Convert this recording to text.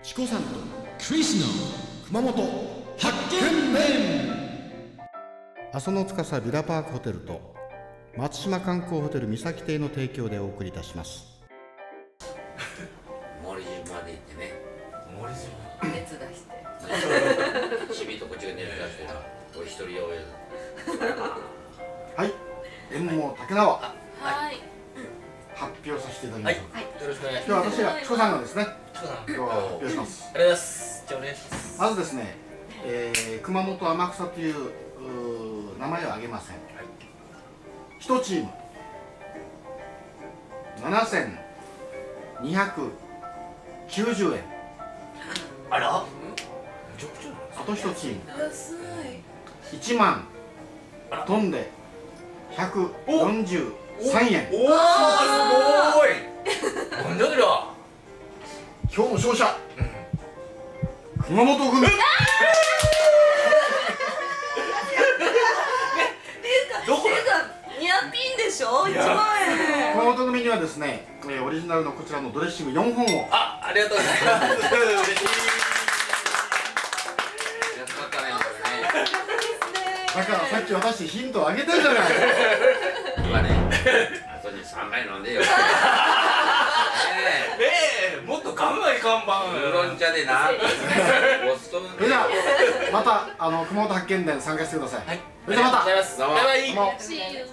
チコさんとクリスの熊本発見面阿蘇の司ビラパークホテルと松島観光ホテル三崎邸の提供でお送りいたします森島で行ってね森島熱出してチビとこっちが寝る出してな俺一人で親はい縁も竹縄はい発表させていただきます、よろしくお願いし今日は私がチコさんがですねます。あり今日は発表しますがとうございます。じゃあお願いします。まずですね、えー熊本天草といううー名前を挙げません、一チーム7290円あら。めちゃくちゃあと一チーム安い1万飛んで143円おおーすごい。なんだそりゃ。今日の勝者、熊本組どこだてかニアピンでしょ1万円熊本組にはですね、えーオリジナルのこちらのドレッシング4本をあ、ありがとうございます。嬉しい。やったったねこれねだからさっき私ヒントをあげたじゃない今ねあ とに3杯飲んでよねええもっと頑張れ看板。えウーロン茶で なお酢と飲んそでれでよはまたあの熊本発見伝参加してください、はい。それではまたありがとうございます。バイバイ。もうチーム